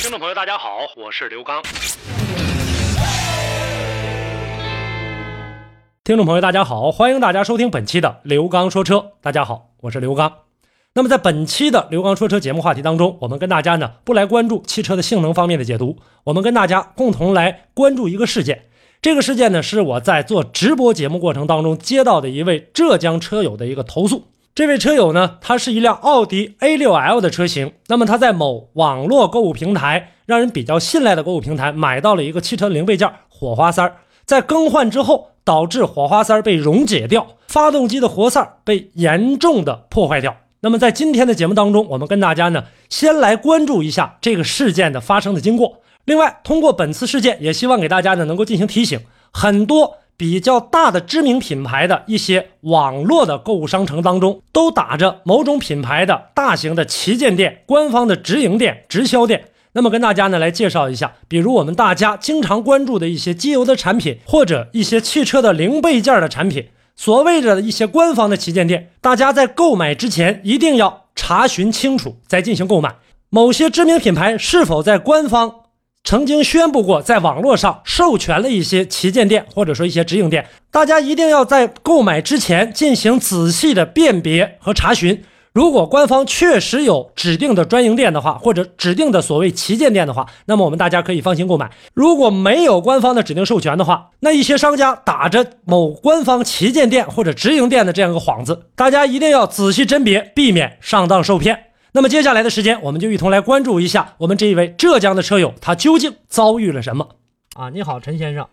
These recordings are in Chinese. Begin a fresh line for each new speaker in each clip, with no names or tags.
听众朋友，大家好，我是刘刚。听众朋友，大家好，欢迎大家收听本期的刘刚说车。大家好，我是刘刚。那么在本期的刘刚说车节目话题当中，我们跟大家呢不来关注汽车的性能方面的解读，我们跟大家共同来关注一个事件。这个事件呢是我在做直播节目过程当中接到的一位浙江车友的一个投诉。这位车友呢，他是一辆奥迪 A6L 的车型。那么他在某网络购物平台，让人比较信赖的购物平台，买到了一个汽车零配件火花塞儿，在更换之后，导致火花塞儿被溶解掉，发动机的活塞儿被严重的破坏掉。那么在今天的节目当中，我们跟大家呢，先来关注一下这个事件的发生的经过。另外，通过本次事件，也希望给大家呢能够进行提醒，很多比较大的知名品牌的一些网络的购物商城当中，都打着某种品牌的大型的旗舰店、官方的直营店、直销店。那么跟大家呢来介绍一下，比如我们大家经常关注的一些机油的产品，或者一些汽车的零配件的产品，所谓的一些官方的旗舰店，大家在购买之前一定要查询清楚再进行购买。某些知名品牌是否在官方曾经宣布过，在网络上授权了一些旗舰店或者说一些直营店，大家一定要在购买之前进行仔细的辨别和查询。如果官方确实有指定的专营店的话，或者指定的所谓旗舰店的话，那么我们大家可以放心购买。如果没有官方的指定授权的话，那一些商家打着某官方旗舰店或者直营店的这样一个幌子，大家一定要仔细甄别，避免上当受骗。那么接下来的时间，我们就一同来关注一下我们这一位浙江的车友，他究竟遭遇了什么啊？你好，陈先生，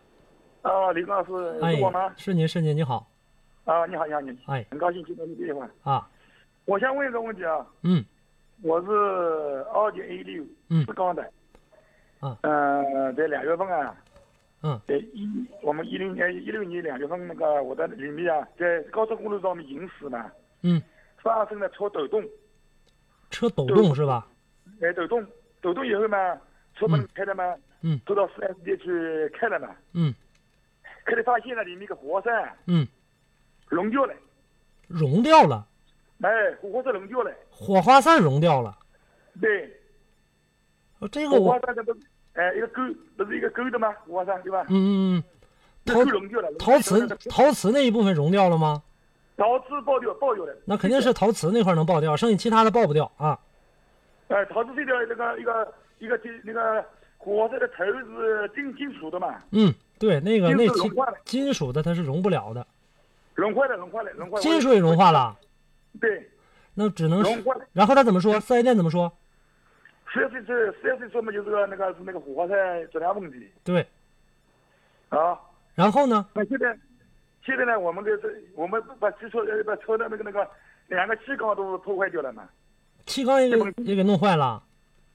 啊，李老师，
哎
是我吗？，
是您，是您，你好，
啊，你好，你好，你好，
哎
很高兴接到你电话。
啊，
我先问一个问题啊，
嗯，
我是奥迪 A 六，
嗯
是钢的，
啊
呃，在两月份啊，
嗯，
在一我们一零年一六年两月份那个我在里面啊，在高速公路上面行驶呢，
嗯，
发生了车抖动，
车抖动是吧？
哎，抖动，抖动以后嘛，车门开了嘛，
嗯，
都到四 S 店去开了嘛，
嗯
开了发现了里面一个活塞啊
嗯，
溶掉了，
融掉了，
哎，活塞溶掉了，
火花塞融掉了。
对。
哦这个
火花
我，
塞它不是，哎，一个钩，不是一个钩的吗？火花塞对吧？
嗯嗯嗯，
那
陶
钩融掉了，
陶瓷陶瓷那一部分融掉了吗？
陶瓷爆掉，爆掉了。
那肯定是陶瓷那块能爆掉，剩下其他的爆不掉啊。
哎，陶瓷碎掉那个一个一个金那个火花塞的头是金金属的嘛，
嗯，对，那个那
金属
金
融化了
金属的它是融不了的，
融化了，融化了，融化了。
金属也融化了，
对，
那只能
融
是。
化了。
然后他怎么说？四 S 店怎么说？
四 S 店四 S 店说嘛，就是个那个是那个火花塞质量问题
对，
啊。
然后呢？
那现在现在呢，我们的这我们把汽车呃把车的那个那个两个气缸都破坏掉了嘛，
气缸也给也给弄坏了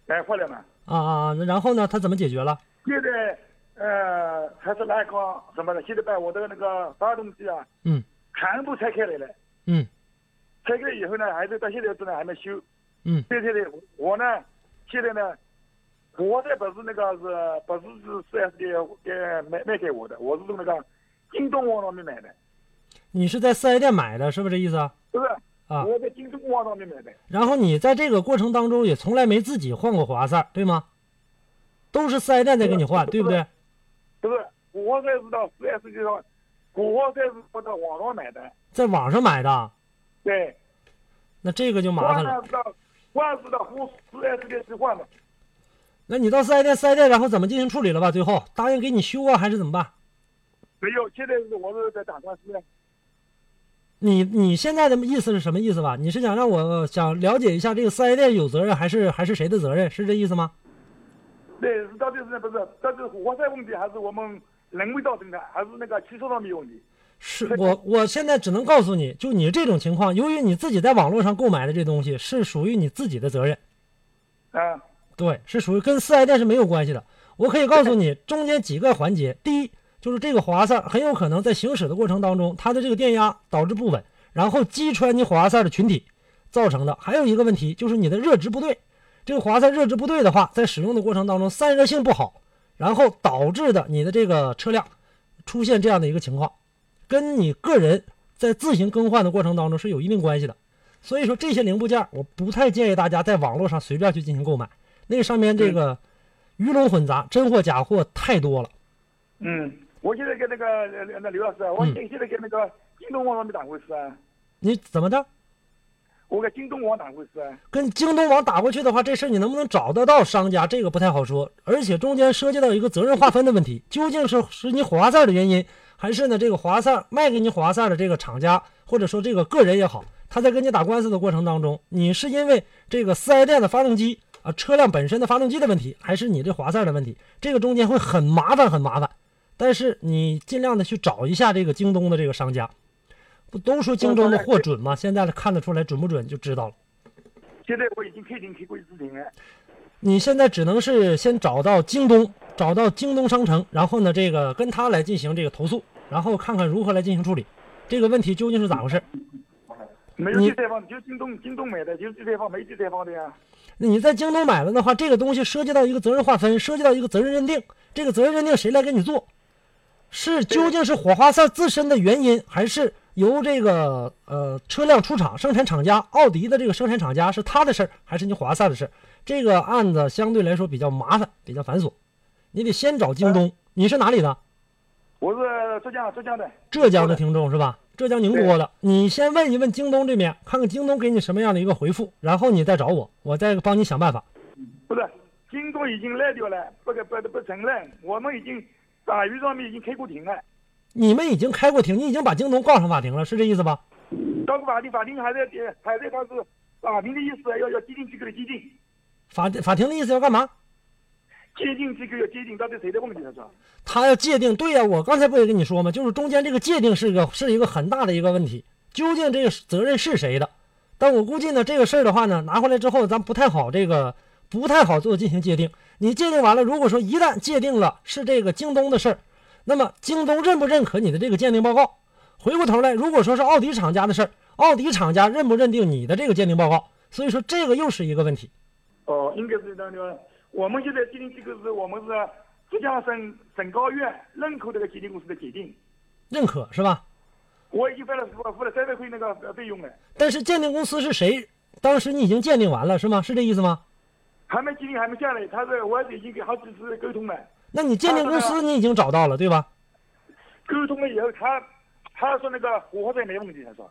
哎，坏了嘛。
啊啊！那然后呢？他怎么解决了？
现在呃还是来讲什么的，现在把我的那个发动机啊
嗯
全部拆开来了，
嗯
拆开以后呢，还是到现在都呢还没修。
嗯
现在呢，我呢现在呢，我的不是那个是不是是四 S 店给卖卖给我的，我是从那个京东网上面买的，
你是在四 S 店买的，是不是这意思啊？
是不是？
啊
我在京东网上面买的，
然后你在这个过程当中也从来没自己换过火花塞，对吗？都是四 S 店在给你换，对不对？
是不是？我才是到四 S 店上，我才是我到网上买的，
在网上买的，
对。
那这个就麻
我
烦了
呢。是到，我是到湖四 S 店去换的。
那你到四 S 店，四 S 店然后怎么进行处理了吧？最后答应给你修啊，还是怎么办？
没有，现在是我是在打官司呢。
你你现在的意思是什么意思吧？你是想让我呃想了解一下这个四 S 店有责任还是还是谁的责任？是这意思吗？
对，是到底是不是？到底是活塞问题，还是我们人为造成的，还是那个汽车上面问题？
是我，我现在只能告诉你，就你这种情况，由于你自己在网络上购买的这东西是属于你自己的责任，
啊，
对，是属于跟四 S 店是没有关系的。我可以告诉你，中间几个环节，第一就是这个滑塞很有可能在行驶的过程当中，它的这个电压导致不稳，然后击穿你滑塞的裙体造成的。还有一个问题就是你的热值不对，这个滑塞热值不对的话，在使用的过程当中散热性不好，然后导致的你的这个车辆出现这样的一个情况，跟你个人在自行更换的过程当中是有一定关系的。所以说这些零部件，我不太建议大家在网络上随便去进行购买，那个上面这个鱼龙混杂，真货假货太多了。
嗯，我现在跟那个呃那刘老师啊，我
嗯
现现在跟那个京东网上面打官司啊，
你怎么着？
我跟京东网打官司啊。
跟京东网打过去的话，这事儿你能不能找得到商家，这个不太好说。而且中间涉及到一个责任划分的问题，究竟是是你滑塞的原因，还是呢这个滑塞卖给你滑塞的这个厂家，或者说这个个人也好，他在跟你打官司的过程当中，你是因为这个四 S 店的发动机啊，车辆本身的发动机的问题，还是你这滑塞的问题？这个中间会很麻烦，很麻烦。但是你尽量的去找一下这个京东的这个商家，不都说京东的货准吗？现在看得出来准不准就知道了。
现在我已经开庭开过一次庭了。
你现在只能是先找到京东，找到京东商城，然后呢，这个跟他来进行这个投诉，然后看看如何来进行处理。这个问题究竟是咋回事？
没有
你
第三方，就京东京东买的，就是第三方，没第三方的呀。
那你在京东买了的话，这个东西涉及到一个责任划分，涉及到一个责任认定。这个责任认定谁来给你做？是究竟是火花塞自身的原因，还是由这个呃车辆出厂生产厂家奥迪的这个生产厂家是他的事儿，还是你华塞的事儿？这个案子相对来说比较麻烦，比较繁琐，你得先找京东。你是哪里的？
我是浙江浙江的，
浙江的听众是吧？浙江宁波的，你先问一问京东这边，看看京东给你什么样的一个回复，然后你再找我，我再帮你想办法。
不是京东已经赖掉了，不给不不承认。我们已经法院上面已经开过庭了，
你们已经开过庭，你已经把京东告上法庭了，是这意思吧？
到过法庭，法庭还在还在他是法庭的意思要要接近机构的接近，
法法庭的意思要干嘛？
接近机构要接近到底谁的问题？他说
他要界定，对呀、我刚才不也跟你说吗？就是中间这个界定是一个是一个很大的一个问题，究竟这个责任是谁的？但我估计呢，这个事儿的话呢，拿回来之后，咱不太好这个不太好做进行界定。你界定完了，如果说一旦界定了是这个京东的事儿，那么京东认不认可你的这个鉴定报告？回过头来，如果说是奥迪厂家的事儿，奥迪厂家认不认定你的这个鉴定报告？所以说这个又是一个问题。
哦，应该是那个我们现在接近机构是我们是浙江省省高院认可这个鉴定公司的鉴定，
认可是吧？
我已经付了付付了三百块那个呃费用了，
但是鉴定公司是谁？当时你已经鉴定完了是吗？是这意思吗？
还没鉴定还没下来，他是我已经给好几次沟通了。
那你鉴定公司你已经找到了对吧？
沟通了以后，他他说那个火花塞没问题，他说，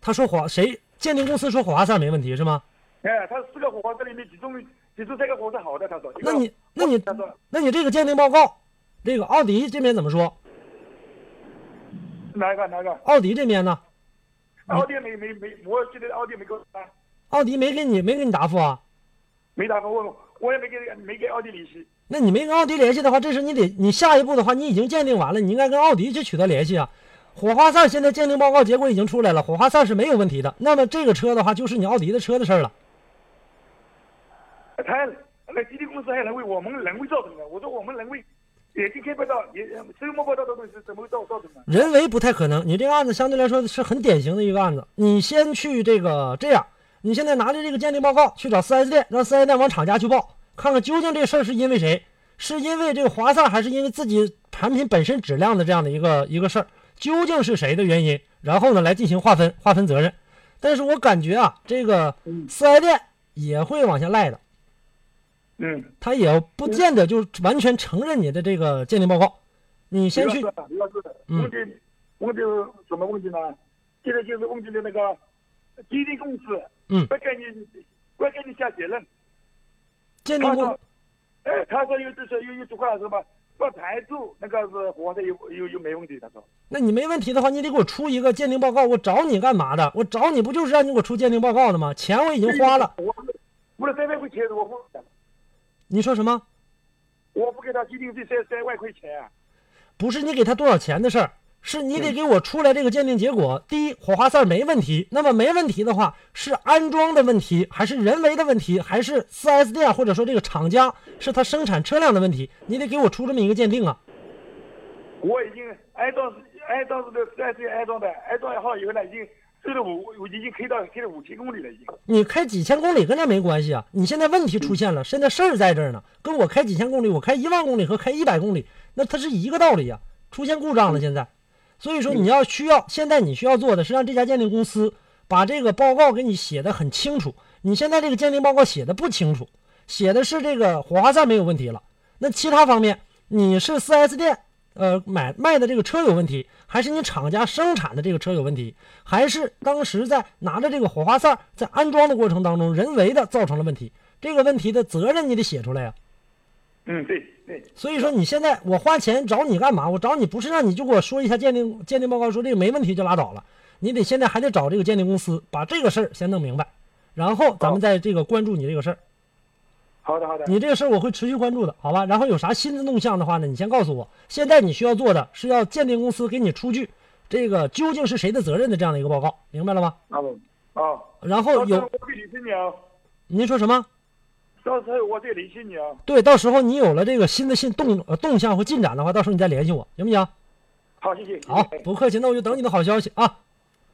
他说华谁鉴定公司说华塞没问题是吗？
哎，他四个火花塞里面，其中其中三个火花塞好的，他说。一个
那你那你
他说
那你这个鉴定报告，这个奥迪这边怎么说？
哪一个哪一个？
奥迪这边呢？
奥迪没没没，我记得奥迪没给我答，
奥迪没给你没给你答复啊？
没答复我，我也没给没给奥迪联系。
那你没跟奥迪联系的话，这是你得你下一步的话，你已经鉴定完了，你应该跟奥迪去取得联系啊。火花塞现在鉴定报告结果已经出来了，火花塞是没有问题的。那么这个车的话，就是你奥迪的车的事儿了。
他那基地公司还能为我们人为造成的，我说我们人为也今天不到，也周末报道的东西怎么会造造成的？
人为不太可能。你这个案子相对来说是很典型的一个案子。你先去这个这样，你现在拿着这个鉴定报告去找 4S 店，让 4S 店往厂家去报，看看究竟这事儿是因为谁，是因为这个华萨，还是因为自己产品本身质量的这样的一个一个事儿，究竟是谁的原因？然后呢，来进行划分划分责任。但是我感觉啊，这个 4S 店也会往下赖的。
嗯，
他也不见得就完全承认你的这个鉴定报告，你先去
刘老师，刘老师，问题问题是什么问题呢？现在就是问题的那个基地公司，
嗯
不给你不给你下结论。
鉴定
他
过
说，，哎，他说有就是有有句话是吧？不排除那个是活的有有有没问题，他说。
那你没问题的话，你得给我出一个鉴定报告。我找你干嘛的？我找你不就是让你给我出鉴定报告的吗？钱我已经花了。
我付了三百块钱，我付的，
你说什么？
我不给他基地费三三万块钱啊，
不是你给他多少钱的事儿，是你得给我出来这个鉴定结果。第一，火花塞没问题。那么没问题的话，是安装的问题，还是人为的问题，还是 4S 店啊或者说这个厂家是他生产车辆的问题？你得给我出这么一个鉴定啊！
我已经安装安装这个四 S 店安装的，安装好以后呢，已经最了五，我已经开到开了五千公里了，已经。
你开几千公里跟这没关系啊！你现在问题出现了，现在事儿在这儿呢，跟我开几千公里，我开一万公里和开一百公里，那它是一个道理呀、出现故障了，现在，所以说你要需要，现在你需要做的是让这家鉴定公司把这个报告给你写的很清楚。你现在这个鉴定报告写的不清楚，写的是这个火花塞没有问题了，那其他方面你是 4S 店呃买卖的这个车有问题，还是你厂家生产的这个车有问题，还是当时在拿着这个火花塞在安装的过程当中人为的造成了问题？这个问题的责任你得写出来呀、啊
嗯，对对，
所以说你现在我花钱找你干嘛？我找你不是让你就给我说一下鉴定鉴定报告说这个没问题就拉倒了，你得现在还得找这个鉴定公司把这个事儿先弄明白，然后咱们再这个关注你这个事儿。
好的好的。
你这个事儿我会持续关注的，好吧？然后有啥新的动向的话呢，你先告诉我。现在你需要做的是要鉴定公司给你出具这个究竟是谁的责任的这样的一个报告，明白了吗？
啊不啊，
然
到
后
时候
有
我会联系你啊，
您说什么？
到时候我再联系你啊。
对，到时候你有了这个新的信动呃动向和进展的话，到时候你再联系我，行不行？
好，谢谢。谢谢
好，不客气，那我就等你的好消息啊。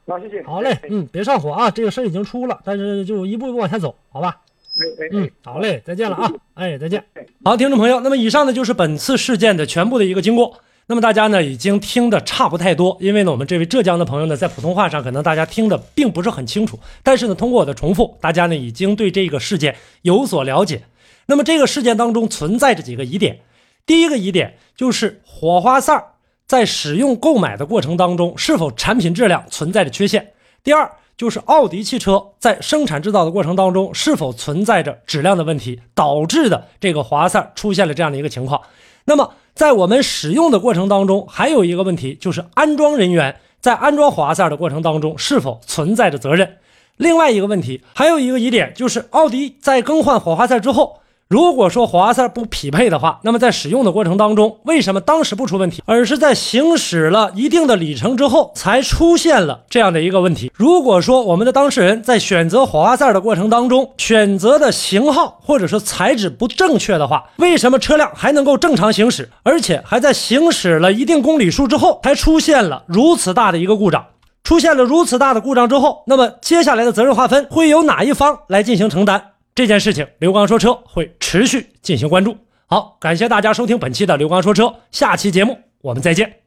好，谢谢。
好嘞
哎，
嗯，别上火啊，这个事儿已经出了，但是就一步一步往下走，好吧？
哎哎，
嗯，好嘞，再见了啊，哎，再见。
好，听众朋友，那么以上呢就是本次事件的全部的一个经过。那么大家呢已经听的差不太多，因为呢我们这位浙江的朋友呢在普通话上可能大家听的并不是很清楚，但是呢通过我的重复，大家呢已经对这个事件有所了解。那么这个事件当中存在着几个疑点，第一个疑点就是火花塞儿在使用购买的过程当中是否产品质量存在着缺陷；第二就是奥迪汽车在生产制造的过程当中是否存在着质量的问题，导致的这个华塞出现了这样的一个情况。那么在我们使用的过程当中，还有一个问题就是安装人员在安装华塞的过程当中是否存在着责任。另外一个问题，还有一个疑点就是，奥迪在更换火花塞之后，如果说火花塞不匹配的话，那么在使用的过程当中，为什么当时不出问题，而是在行驶了一定的里程之后才出现了这样的一个问题？如果说我们的当事人在选择火花塞的过程当中，选择的型号或者说材质不正确的话，为什么车辆还能够正常行驶，而且还在行驶了一定公里数之后才出现了如此大的一个故障？出现了如此大的故障之后，那么接下来的责任划分会由哪一方来进行承担？这件事情，刘刚说车会持续进行关注。好，感谢大家收听本期的刘刚说车，下期节目我们再见。